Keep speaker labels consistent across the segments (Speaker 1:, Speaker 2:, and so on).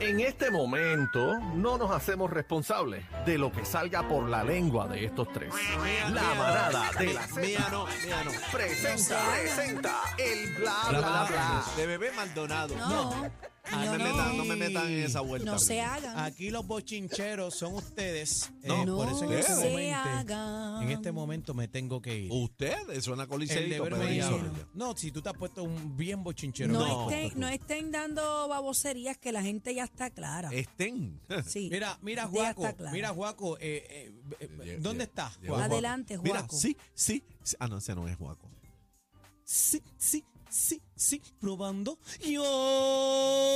Speaker 1: En este momento no nos hacemos responsables de lo que salga por la lengua de estos tres. La manada de la Z
Speaker 2: Mía no, mía no.
Speaker 1: presenta, presenta el bla bla
Speaker 2: La
Speaker 1: bla.
Speaker 2: palabra de bebé Maldonado.
Speaker 3: No.
Speaker 2: Ah, no,
Speaker 3: no,
Speaker 2: me metan, no me metan en esa vuelta.
Speaker 3: No se hagan.
Speaker 4: Aquí los bochincheros son ustedes.
Speaker 2: No,
Speaker 3: No
Speaker 4: por eso en
Speaker 2: se
Speaker 4: este, momento,
Speaker 3: hagan.
Speaker 4: en este momento me tengo que ir.
Speaker 2: Ustedes suena
Speaker 4: El
Speaker 2: coliseíto,
Speaker 4: deber
Speaker 2: pero
Speaker 4: me
Speaker 2: dígame.
Speaker 4: llama. No, si tú te has puesto un bien bochinchero.
Speaker 3: No,
Speaker 2: No.
Speaker 3: Estén, no estén dando baboserías que la gente ya está clara.
Speaker 2: Estén.
Speaker 3: Sí.
Speaker 4: Eh, Mira, mira,
Speaker 3: Ya está
Speaker 4: Juaco.
Speaker 3: claro.
Speaker 4: Mira, Juaco. eh, eh, eh,
Speaker 2: Lle-
Speaker 4: ¿Dónde
Speaker 2: lle-
Speaker 4: estás,
Speaker 2: llegó
Speaker 4: Juaco?
Speaker 3: Adelante,
Speaker 2: Mira,
Speaker 3: Juaco.
Speaker 2: sí, sí, sí. Ah, no, ese no es Juaco.
Speaker 4: Sí, sí, sí, sí. Probando. Y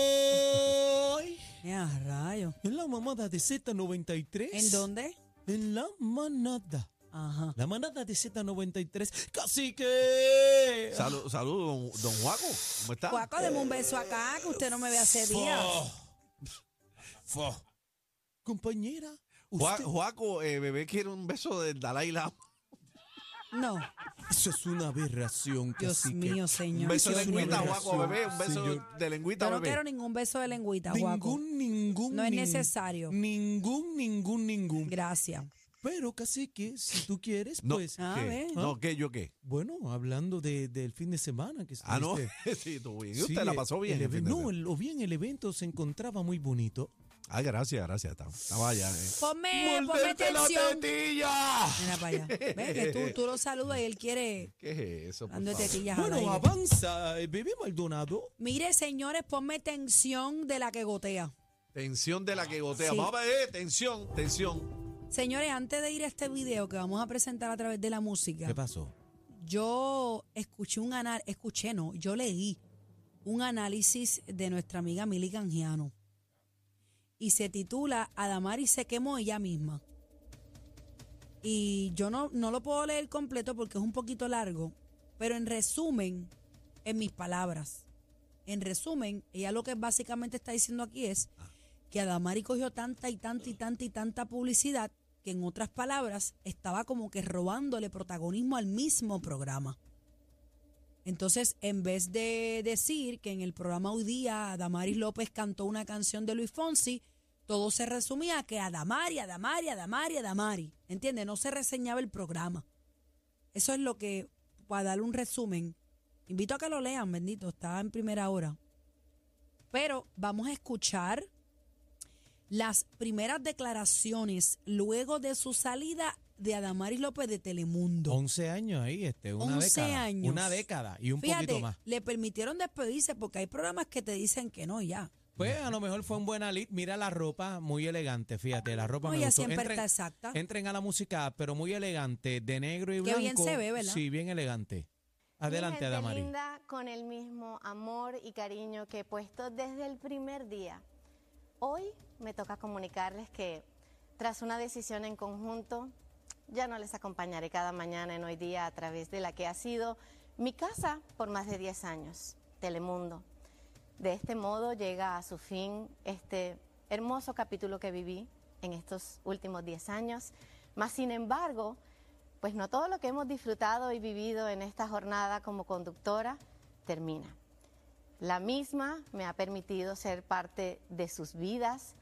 Speaker 4: hoy.
Speaker 3: Mira, Eh, rayo.
Speaker 4: En la mamada de Z93.
Speaker 3: ¿En dónde?
Speaker 4: En la manada.
Speaker 3: Ajá.
Speaker 4: La manada de Z93. Cacique.
Speaker 2: Salud, salud, don, don Juaco. ¿Cómo está?
Speaker 3: Juaco, deme un beso acá, que usted no me ve hace días.
Speaker 4: Oh. Fo. Compañera,
Speaker 2: Jua-
Speaker 4: usted-
Speaker 2: Juaco, eh, bebé quiere un beso del Dalai Lama.
Speaker 3: No.
Speaker 4: eso es una aberración,
Speaker 3: Dios
Speaker 4: cacique.
Speaker 3: mío, señor.
Speaker 2: Un beso de
Speaker 3: Dios mío.
Speaker 2: lengüita, Juaco, bebé. Un beso
Speaker 4: Señor.
Speaker 2: de lengüita,
Speaker 3: Yo no
Speaker 2: bebé.
Speaker 3: quiero ningún beso de lengüita, Juaco.
Speaker 4: Ningún, ningún.
Speaker 3: No es
Speaker 4: nin-
Speaker 3: necesario.
Speaker 4: Ningún, ningún, ningún.
Speaker 3: Gracias.
Speaker 4: Pero, cacique, si tú quieres,
Speaker 2: No,
Speaker 4: pues.
Speaker 3: Ah,
Speaker 2: ¿qué?
Speaker 3: ve.
Speaker 2: No, ¿qué? ¿Yo qué?
Speaker 4: Bueno, hablando de- del fin de semana que
Speaker 2: Ah, no.
Speaker 4: estuviste.
Speaker 2: sí, tú bien.
Speaker 4: Sí,
Speaker 2: Usted la pasó bien.
Speaker 4: el
Speaker 2: el
Speaker 4: eve-
Speaker 2: fin de
Speaker 4: no,
Speaker 2: semana.
Speaker 4: lo bien, el evento se encontraba muy bonito.
Speaker 2: Ay, gracias, gracias. Estaba allá. eh.
Speaker 3: Ponme, ponme
Speaker 2: ¡Morderte la
Speaker 3: atención.
Speaker 2: tetilla!
Speaker 3: Mira para allá. Ve que tú, tú lo saludas y él quiere
Speaker 2: ¿Qué es eso? por
Speaker 3: dando
Speaker 2: favor?
Speaker 3: tetillas al
Speaker 4: Bueno,
Speaker 3: aire.
Speaker 4: avanza, eh, bebé Maldonado.
Speaker 3: Mire, señores, ponme tensión de la que gotea.
Speaker 2: Tensión de la que gotea.
Speaker 3: Sí.
Speaker 2: Vamos a ver, eh, tensión, tensión.
Speaker 3: Señores, antes de ir a este video que vamos a presentar a través de la música,
Speaker 4: ¿Qué pasó?
Speaker 3: yo escuché un anal, escuché no, yo leí un análisis de nuestra amiga Mili Canjiano y se titula Adamari se quemó ella misma. Y yo no, no lo puedo leer completo porque es un poquito largo, pero en resumen, en mis palabras, en resumen, ella lo que básicamente está diciendo aquí es que Adamari cogió tanta y tanta y tanta y tanta publicidad que en otras palabras estaba como que robándole protagonismo al mismo programa. Entonces, en vez de decir que en el programa hoy día Adamaris López cantó una canción de Luis Fonsi, todo se resumía a que Adamari, Adamari, Adamari, Adamari. ¿Entiendes? No se reseñaba el programa. Eso es lo que, para darle un resumen, invito a que lo lean, bendito, está en primera hora. Pero vamos a escuchar las primeras declaraciones luego de su salida de Adamaris López de Telemundo.
Speaker 4: 11 años ahí, este, una
Speaker 3: 11
Speaker 4: década.
Speaker 3: años.
Speaker 4: Una década y un poquito más.
Speaker 3: le permitieron despedirse porque hay programas que te dicen que no ya.
Speaker 4: Pues a lo mejor fue un buen alit. Mira la ropa, muy elegante, fíjate, la ropa
Speaker 3: No,
Speaker 4: me
Speaker 3: ella
Speaker 4: gustó.
Speaker 3: siempre está exacta.
Speaker 4: Entren a la música, pero muy elegante, de negro y
Speaker 3: Qué
Speaker 4: blanco.
Speaker 3: bien se ve, ¿verdad?
Speaker 4: Sí, bien elegante.
Speaker 5: Mi
Speaker 4: Adelante,
Speaker 5: gente
Speaker 4: Adamari.
Speaker 5: linda, con el mismo amor y cariño que he puesto desde el primer día. Hoy me toca comunicarles que tras una decisión en conjunto, ya no les acompañaré cada mañana en hoy día a través de la que ha sido mi casa por más de 10 años, Telemundo. De este modo llega a su fin este hermoso capítulo que viví en estos últimos 10 años, mas sin embargo, pues no todo lo que hemos disfrutado y vivido en esta jornada como conductora termina. La misma me ha permitido ser parte de sus vidas,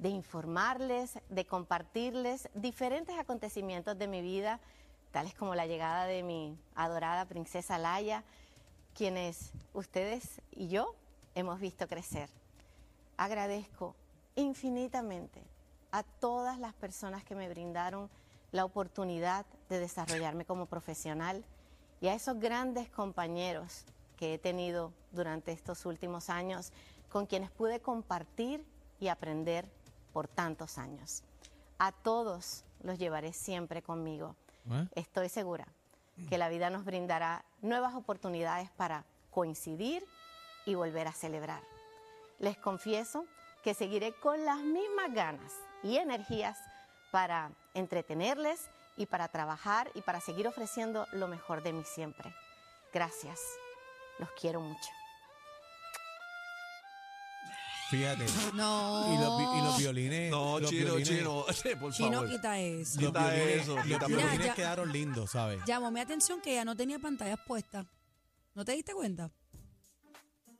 Speaker 5: de informarles, de compartirles diferentes acontecimientos de mi vida, tales como la llegada de mi adorada princesa Laia, quienes ustedes y yo hemos visto crecer. Agradezco infinitamente a todas las personas que me brindaron la oportunidad de desarrollarme como profesional y a esos grandes compañeros que he tenido durante estos últimos años con quienes pude compartir y aprender por tantos años. A todos los llevaré siempre conmigo.
Speaker 4: ¿Eh?
Speaker 5: Estoy segura que la vida nos brindará nuevas oportunidades para coincidir y volver a celebrar. Les confieso que seguiré con las mismas ganas y energías para entretenerles y para trabajar y para seguir ofreciendo lo mejor de mí siempre. Gracias. Los quiero mucho.
Speaker 4: Fíjate.
Speaker 3: No.
Speaker 4: Y los, vi- y los violines.
Speaker 2: No,
Speaker 4: los
Speaker 2: chino,
Speaker 4: violines-
Speaker 2: chino. Por
Speaker 3: Chino,
Speaker 2: favor.
Speaker 3: quita eso.
Speaker 4: Los
Speaker 2: Quita
Speaker 4: violines,
Speaker 2: eso,
Speaker 4: los
Speaker 2: quita-
Speaker 4: violines
Speaker 3: Mira, ya-
Speaker 4: quedaron lindos, ¿sabes?
Speaker 3: Llamó mi atención que ella no tenía pantallas puestas. ¿No te diste cuenta?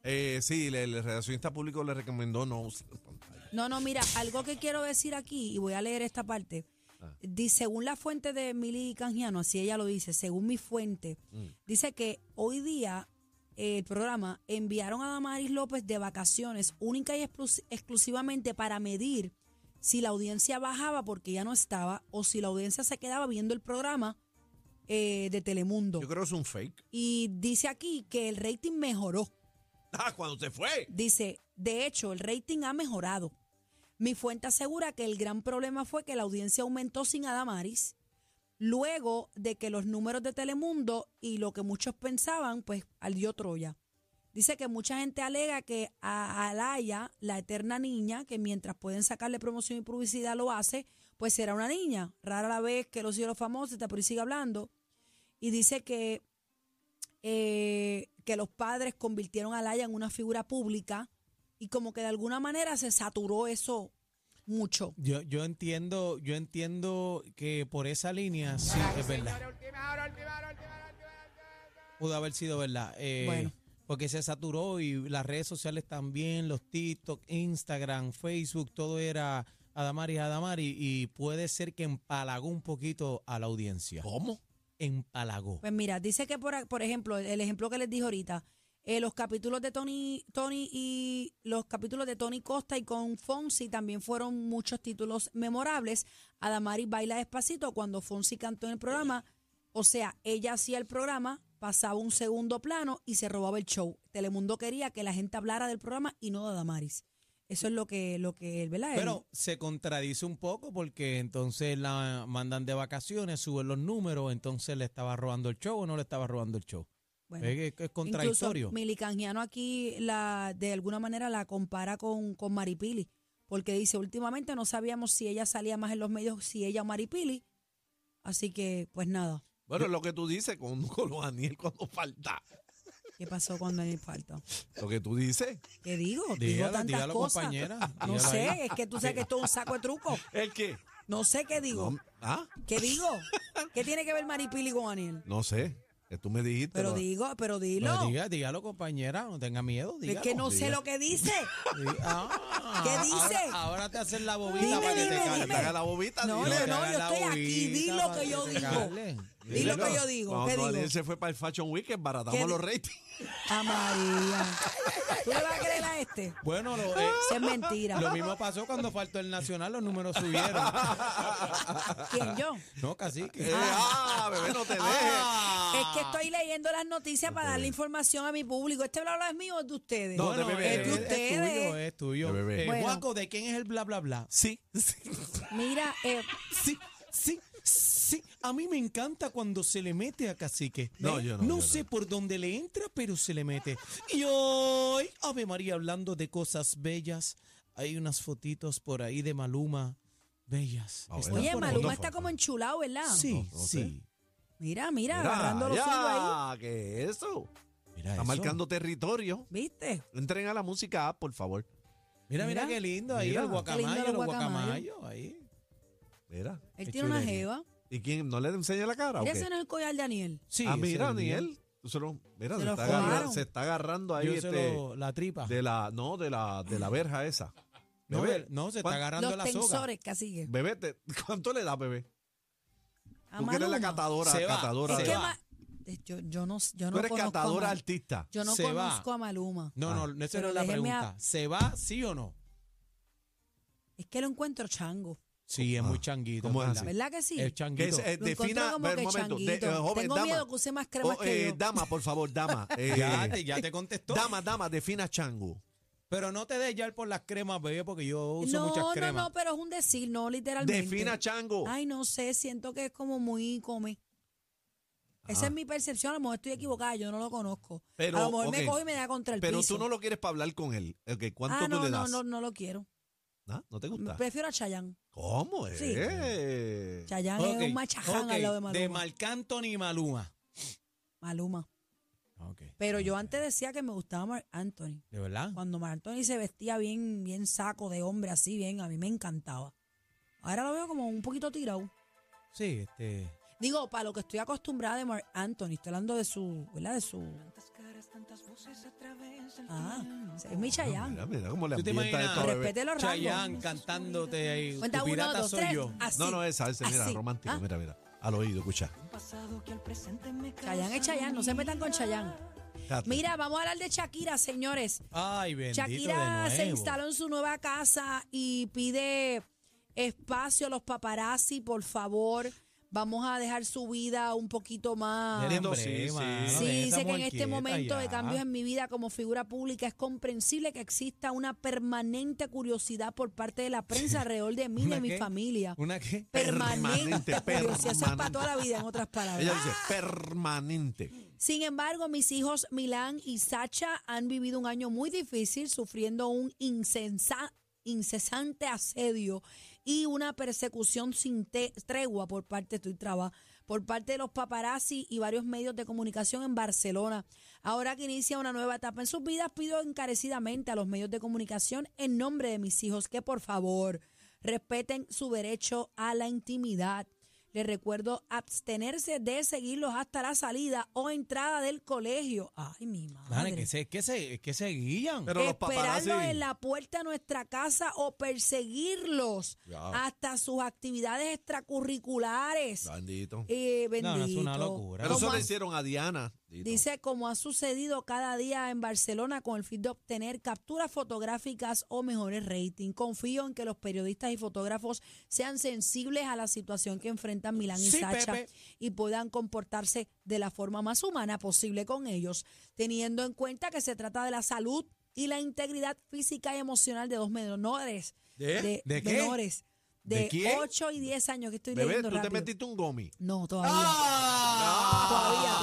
Speaker 2: Eh, sí, el, el relacionista público le recomendó no usar pantalla.
Speaker 3: No, no, mira, algo que quiero decir aquí, y voy a leer esta parte.
Speaker 2: Ah.
Speaker 3: Dice, según la fuente de Mili Canjiano, así ella lo dice, según mi fuente,
Speaker 2: Mm.
Speaker 3: dice que hoy día eh, el programa enviaron a Damaris López de vacaciones única y exclus- exclusivamente para medir si la audiencia bajaba porque ya no estaba o si la audiencia se quedaba viendo el programa eh, de Telemundo.
Speaker 2: Yo creo que es un fake.
Speaker 3: Y dice aquí que el rating mejoró.
Speaker 2: Ah, cuando se fue.
Speaker 3: Dice, de hecho, el rating ha mejorado. Mi fuente asegura que el gran problema fue que la audiencia aumentó sin Adamaris, luego de que los números de Telemundo y lo que muchos pensaban, pues al dio Troya. Dice que mucha gente alega que a Alaya, la eterna niña, que mientras pueden sacarle promoción y publicidad lo hace, pues será una niña. Rara la vez que los cielos famosos está por ahí sigue hablando. Y dice que eh, que los padres convirtieron a Laia en una figura pública y como que de alguna manera se saturó eso mucho.
Speaker 4: Yo, yo entiendo, yo entiendo que por esa línea sí es verdad. Pudo haber sido verdad. eh,
Speaker 3: Bueno.
Speaker 4: Porque se saturó y las redes sociales también, los TikTok, Instagram, Facebook, todo era Adamari, Adamari. Y puede ser que empalagó un poquito a la audiencia.
Speaker 2: ¿Cómo?
Speaker 4: Empalagó.
Speaker 3: Pues mira, dice que por, a- por ejemplo, el ejemplo que les dije ahorita, eh, los capítulos de Tony, Tony y los capítulos de Tony Costa y con Fonsi también fueron muchos títulos memorables. Adamari baila despacito cuando Fonsi cantó en el programa. O sea, ella hacía el programa, pasaba un segundo plano y se robaba el show. Telemundo quería que la gente hablara del programa y no de Adamaris. Eso es lo que, lo que, ¿verdad?
Speaker 4: Pero se contradice un poco porque entonces la mandan de vacaciones, suben los números, entonces le estaba robando el show o no le estaba robando el show.
Speaker 3: Bueno.
Speaker 4: es, que es contradictorio.
Speaker 3: Incluso Milicangiano aquí la, de alguna manera la compara con, con Maripili, porque dice, últimamente no sabíamos si ella salía más en los medios, si ella o Maripili. Así que, pues nada,
Speaker 2: Bueno, lo que tú dices con, con los Aniel cuando falta.
Speaker 3: ¿qué pasó cuando Daniel falta?
Speaker 2: Lo que tú dices.
Speaker 3: ¿Qué digo? digo
Speaker 4: Dígala,
Speaker 3: tantas
Speaker 4: dígalo,
Speaker 3: cosas.
Speaker 4: compañera,
Speaker 3: No
Speaker 4: dígala
Speaker 3: sé,
Speaker 4: ahí.
Speaker 3: es que tú sabes que esto es un saco de trucos.
Speaker 2: ¿El qué?
Speaker 3: No sé qué digo.
Speaker 2: No, ah,
Speaker 3: ¿Qué digo? ¿Qué tiene que ver Maripili con Daniel?
Speaker 2: no sé. Que tú me dijiste.
Speaker 3: Pero
Speaker 2: lo-
Speaker 3: digo, pero dilo.
Speaker 4: Pero diga, dígalo, compañera, no tenga miedo.
Speaker 3: es
Speaker 4: Dígalo.
Speaker 3: que no sé
Speaker 2: dígalo.
Speaker 3: lo que dice.
Speaker 4: Di- ah,
Speaker 3: ¿Qué dice?
Speaker 4: Ahora, ahora te hacen la bobita
Speaker 3: Dime,
Speaker 4: para que
Speaker 3: dime,
Speaker 4: te
Speaker 2: Que
Speaker 4: calles.
Speaker 2: te haga la bobita.
Speaker 3: No,
Speaker 2: dile.
Speaker 3: no,
Speaker 4: Que
Speaker 3: no,
Speaker 4: haga
Speaker 3: yo
Speaker 4: la
Speaker 3: estoy aquí,
Speaker 4: bobita
Speaker 3: di lo
Speaker 4: para
Speaker 3: que yo
Speaker 4: te
Speaker 3: digo.
Speaker 4: calles.
Speaker 3: Di lo que yo digo,
Speaker 2: Cuando
Speaker 3: ¿qué
Speaker 2: Daniel
Speaker 3: digo?
Speaker 2: se fue para el Fashion Week,
Speaker 3: ¿Qué
Speaker 2: embaratamos los ratings.
Speaker 3: A María. ¿Tú le vas a creer a este?
Speaker 4: Bueno, lo, eh,
Speaker 3: Eso es mentira.
Speaker 4: lo mismo pasó cuando faltó el Nacional, los números subieron.
Speaker 3: ¿Quién yo?
Speaker 4: No, cacique.
Speaker 2: Eh, ah, bebé, no te dejes.
Speaker 4: Ah.
Speaker 3: Es que estoy leyendo las noticias para darle información a mi público. Este bla bla es mío o es de ustedes.
Speaker 2: No, de bebé,
Speaker 3: es de
Speaker 2: bebé.
Speaker 3: ustedes.
Speaker 4: Es tuyo,
Speaker 2: De
Speaker 4: es tuyo.
Speaker 2: bebé.
Speaker 4: Eh,
Speaker 3: Bueno.
Speaker 4: Guaco, ¿de quién es el bla, bla, bla?
Speaker 2: Sí, sí.
Speaker 3: Mira, eh,
Speaker 4: Sí, sí, sí. A mí me encanta cuando se le mete a Cacique.
Speaker 2: No,
Speaker 4: ¿Eh?
Speaker 2: yo no, yo
Speaker 4: sé por dónde le entra, pero se le mete. Y hoy, Ave María, hablando de cosas bellas, hay unas fotitos por ahí de Maluma. Bellas.
Speaker 2: Ah,
Speaker 4: Están
Speaker 2: bueno.
Speaker 3: oye,
Speaker 4: por ahí.
Speaker 3: Maluma está como enchulado, ¿verdad?
Speaker 4: Sí,
Speaker 2: No, no sé.
Speaker 4: sí.
Speaker 3: Mira, mira,
Speaker 2: Mira,
Speaker 3: agarrando los
Speaker 2: ya,
Speaker 3: suyo ahí.
Speaker 2: ¿qué es eso?
Speaker 4: Mira
Speaker 2: Está
Speaker 4: eso.
Speaker 2: marcando territorio.
Speaker 3: ¿Viste?
Speaker 2: Entren a la música, app, por favor.
Speaker 4: Mira, mira
Speaker 3: Mira.
Speaker 4: qué lindo ahí
Speaker 2: Mira.
Speaker 4: el guacamayo,
Speaker 3: Qué lindo
Speaker 4: el
Speaker 3: el guacamayo.
Speaker 4: guacamayo ahí.
Speaker 2: Mira.
Speaker 3: Él
Speaker 4: Qué
Speaker 3: tiene una
Speaker 4: chulería.
Speaker 3: jeva.
Speaker 2: ¿Y quién? ¿No le enseña la cara? o
Speaker 3: Mira,
Speaker 2: qué?
Speaker 3: ese no es el collar de Daniel.
Speaker 4: Sí,
Speaker 2: ah,
Speaker 4: ese
Speaker 2: mira,
Speaker 4: es el mío.
Speaker 2: Daniel. Tú se lo- mira,
Speaker 3: Se
Speaker 2: se,
Speaker 3: lo
Speaker 2: está
Speaker 3: fumaron.
Speaker 2: agarrando, se está agarrando ahí
Speaker 4: Yo se
Speaker 2: este,
Speaker 4: lo- la tripa.
Speaker 2: de la, no, de la, de la verja esa.
Speaker 4: no,
Speaker 2: Bebé,
Speaker 4: no, se está
Speaker 2: ¿cuán-
Speaker 4: agarrando
Speaker 3: Los
Speaker 4: la soga.
Speaker 3: tensores, cacique.
Speaker 2: Bebé, te- ¿cuánto le da, bebé?
Speaker 3: A
Speaker 2: Tú que eres la
Speaker 3: Maluma.
Speaker 2: catadora,
Speaker 4: Se va,
Speaker 2: catadora.
Speaker 3: Es
Speaker 4: se
Speaker 2: de-
Speaker 3: que
Speaker 4: va.
Speaker 3: ma- eh, yo, yo no, yo
Speaker 2: Tú
Speaker 3: no
Speaker 2: eres
Speaker 3: conozco a
Speaker 2: catadora
Speaker 3: Mal-
Speaker 2: artista.
Speaker 3: Yo no
Speaker 4: Se va.
Speaker 3: conozco a Maluma.
Speaker 2: Ah.
Speaker 4: No, no, esa no
Speaker 3: Pero
Speaker 4: es la
Speaker 3: déjeme a-
Speaker 4: pregunta. ¿Se va sí o no?
Speaker 3: Es que lo encuentro chango.
Speaker 4: Sí, es muy
Speaker 2: Ah,
Speaker 4: changuito.
Speaker 2: ¿cómo es
Speaker 4: verdad.
Speaker 2: así?
Speaker 3: ¿Verdad que sí?
Speaker 4: Es
Speaker 2: Que
Speaker 4: changuito.
Speaker 2: es, eh,
Speaker 3: Lo encontré
Speaker 2: defina,
Speaker 3: como
Speaker 2: ver,
Speaker 3: que
Speaker 2: un momento, de-
Speaker 3: changuito.
Speaker 2: eh, joven,
Speaker 3: Tengo
Speaker 2: dama.
Speaker 3: miedo que use más cremas
Speaker 2: Oh,
Speaker 3: que
Speaker 2: eh,
Speaker 3: yo.
Speaker 2: Dama, por favor, dama. eh,
Speaker 4: ya, te, ya te contestó.
Speaker 2: dama, dama, defina chango.
Speaker 4: Pero no te dejes ya por las cremas, bebé, porque yo uso
Speaker 3: no,
Speaker 4: muchas
Speaker 3: no,
Speaker 4: cremas.
Speaker 3: no, pero es un decir, no literalmente.
Speaker 2: Defina chango.
Speaker 3: Ay, no sé, siento que es como muy come. Esa es mi percepción, a lo mejor estoy equivocada, yo no lo conozco.
Speaker 2: Ah. Pero,
Speaker 3: a lo mejor
Speaker 2: ok.
Speaker 3: me coge y me da contra el
Speaker 2: Pero
Speaker 3: piso.
Speaker 2: tú no lo quieres para hablar con él. Ok, ¿Cuánto
Speaker 3: ah,
Speaker 2: tú
Speaker 3: no,
Speaker 2: le
Speaker 3: no,
Speaker 2: das?
Speaker 3: no, no lo quiero.
Speaker 2: ¿Ah? ¿No te gusta?
Speaker 3: Prefiero a Chayán.
Speaker 2: ¿Cómo es?
Speaker 3: Sí. Chayán
Speaker 4: Ok,
Speaker 3: es un machaján
Speaker 4: ok,
Speaker 3: al lado de Maluma.
Speaker 4: De Marc Anthony y Maluma.
Speaker 3: Maluma. Pero yo antes decía que me gustaba Marc Anthony.
Speaker 4: ¿De verdad?
Speaker 3: Cuando Marc Anthony se vestía bien, bien saco de hombre, así bien, a mí me encantaba. Ahora lo veo como un poquito tirado.
Speaker 4: Sí, este.
Speaker 3: Digo, para lo que estoy acostumbrada de Mark Anthony, estoy hablando de su, ¿verdad? De su. Ah, es mi Chayanne.
Speaker 2: Mira, mira cómo le
Speaker 4: ¿Tú te
Speaker 2: ambienta
Speaker 4: imaginas?
Speaker 2: esto a bebé.
Speaker 3: Respete los
Speaker 4: Chayanne
Speaker 3: rangos.
Speaker 4: cantándote ahí. tu
Speaker 3: Cuenta uno,
Speaker 4: pirata
Speaker 3: dos,
Speaker 4: soy
Speaker 3: tres. Ah,
Speaker 4: yo.
Speaker 3: Así.
Speaker 2: No, no, esa, esa, mira,
Speaker 3: así.
Speaker 2: romántico,
Speaker 3: Ah,
Speaker 2: mira, mira. Al oído, escucha.
Speaker 3: Chayanne es Chayanne, no se metan con Chayanne.
Speaker 2: Fíjate.
Speaker 3: Mira, vamos a hablar de Shakira, señores.
Speaker 4: Ay, bendito de
Speaker 3: Shakira
Speaker 4: nuevo.
Speaker 3: se instaló en su nueva casa y pide espacio a los paparazzi, por favor. Vamos a dejar su vida un poquito más.
Speaker 4: Hombre,
Speaker 2: Hombre, Ah, sí,
Speaker 4: mano,
Speaker 2: sí.
Speaker 3: Sí,
Speaker 4: deja esa
Speaker 3: dice que en
Speaker 4: mujer
Speaker 3: este
Speaker 4: quieta
Speaker 3: momento de
Speaker 4: ya.
Speaker 3: cambios en mi vida como figura pública es comprensible que exista una permanente curiosidad por parte de la prensa alrededor de mí y
Speaker 4: ¿Una
Speaker 3: de mi
Speaker 4: qué?
Speaker 3: familia.
Speaker 4: ¿Una qué?
Speaker 3: Permanente,
Speaker 2: Permanente,
Speaker 3: curiosidad. Eso es para
Speaker 2: permanente.
Speaker 3: toda la vida, en otras palabras.
Speaker 2: Ella dice, permanente.
Speaker 3: Sin embargo, mis hijos Milán y Sacha han vivido un año muy difícil sufriendo un incensa- incesante asedio y una persecución sin te- tregua por parte de traba, por parte de los paparazzi y varios medios de comunicación en Barcelona. Ahora que inicia una nueva etapa en sus vidas, pido encarecidamente a los medios de comunicación en nombre de mis hijos que por favor respeten su derecho a la intimidad. Les recuerdo abstenerse de seguirlos hasta la salida o entrada del colegio. Ay, mi
Speaker 4: Mano, es
Speaker 3: madre.
Speaker 4: que se, es que se, es que se guían.
Speaker 2: Pero los paparazzi.
Speaker 3: Esperarlos en la puerta de nuestra casa o perseguirlos
Speaker 2: Ya.
Speaker 3: hasta sus actividades extracurriculares.
Speaker 2: Bendito.
Speaker 3: Eh,
Speaker 4: No, no, es una
Speaker 3: bendito.
Speaker 4: locura.
Speaker 2: Pero eso
Speaker 3: Como
Speaker 2: le
Speaker 3: ha-
Speaker 2: hicieron a Diana.
Speaker 3: Dice, como ha sucedido cada día en Barcelona con el fin de obtener capturas fotográficas o mejores rating. Confío en que los periodistas y fotógrafos sean sensibles a la situación que enfrentan Milán y
Speaker 4: Sí,
Speaker 3: Sacha
Speaker 4: Pepe.
Speaker 3: y puedan comportarse de la forma más humana posible con ellos, teniendo en cuenta que se trata de la salud y la integridad física y emocional de dos menores.
Speaker 4: ¿De? ¿De qué?
Speaker 3: menores
Speaker 4: ¿De
Speaker 3: de,
Speaker 4: quién?
Speaker 3: 8 y 10 años que estoy
Speaker 2: Bebé,
Speaker 3: leyendo
Speaker 2: tú te
Speaker 3: rápido.
Speaker 2: metiste un gomi.
Speaker 3: No, todavía.
Speaker 4: ¡Ah!
Speaker 3: Todavía,
Speaker 2: Ah.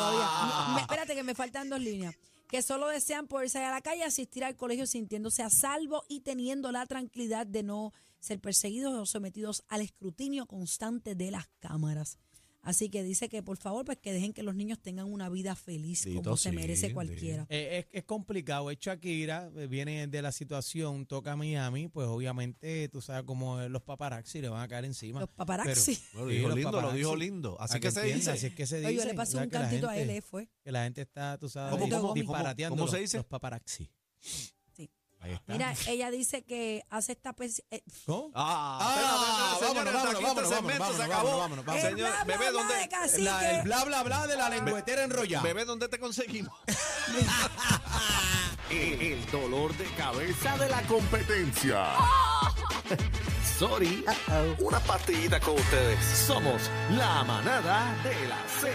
Speaker 3: todavía. No, me- espérate que me faltan dos líneas. Que solo desean poder salir a la calle, asistir al colegio sintiéndose a salvo y teniendo la tranquilidad de no ser perseguidos o sometidos al escrutinio constante de las cámaras. Así que dice que por favor, pues que dejen que los niños tengan una vida feliz
Speaker 2: Dito,
Speaker 3: como se
Speaker 2: sí,
Speaker 3: merece
Speaker 2: sí.
Speaker 3: cualquiera.
Speaker 4: Eh, es, es complicado, es Shakira, eh, viene de la situación, toca Miami, pues obviamente tú sabes cómo eh, los paparazzi le van a caer encima.
Speaker 3: Los paparazzi.
Speaker 4: Pero-
Speaker 2: Bueno,
Speaker 4: Sí,
Speaker 2: dijo
Speaker 4: los
Speaker 2: lindo, lo
Speaker 4: paparazzi.
Speaker 2: dijo lindo.
Speaker 4: Para
Speaker 2: Así que, se
Speaker 4: entiendan,
Speaker 2: dice.
Speaker 4: Así es que se dice.
Speaker 3: Oye, yo le pasé
Speaker 4: ¿verdad?
Speaker 3: un
Speaker 4: Que la
Speaker 3: cantito a
Speaker 4: gente-
Speaker 3: él, eh, fue.
Speaker 4: Que la gente está, tú sabes,
Speaker 2: ¿Cómo, cómo, cómo,
Speaker 4: disparateando
Speaker 2: cómo se
Speaker 4: los-
Speaker 2: dice?
Speaker 4: los paparazzi.
Speaker 3: Sí.
Speaker 4: Ahí está.
Speaker 3: Mira, ella dice que hace esta... pers- eh,
Speaker 4: ¿Cómo?
Speaker 2: Ah, espérate, espérate, señores,
Speaker 4: vámonos, vámonos,
Speaker 2: hasta aquí este
Speaker 4: vámonos,
Speaker 2: segmento, se
Speaker 4: vámonos,
Speaker 2: acabó.
Speaker 4: vámonos, vámonos.
Speaker 3: El bla,
Speaker 2: Señor,
Speaker 3: bla,
Speaker 2: bebé,
Speaker 3: bla
Speaker 2: ¿dónde?
Speaker 3: de cacique.
Speaker 4: La- el bla, bla, bla de la lengüetera enrollada.
Speaker 2: Bebé, ¿dónde te conseguimos?
Speaker 1: El dolor de cabeza de la competencia. Sorry. Una partidita con ustedes. Somos la manada de la Z.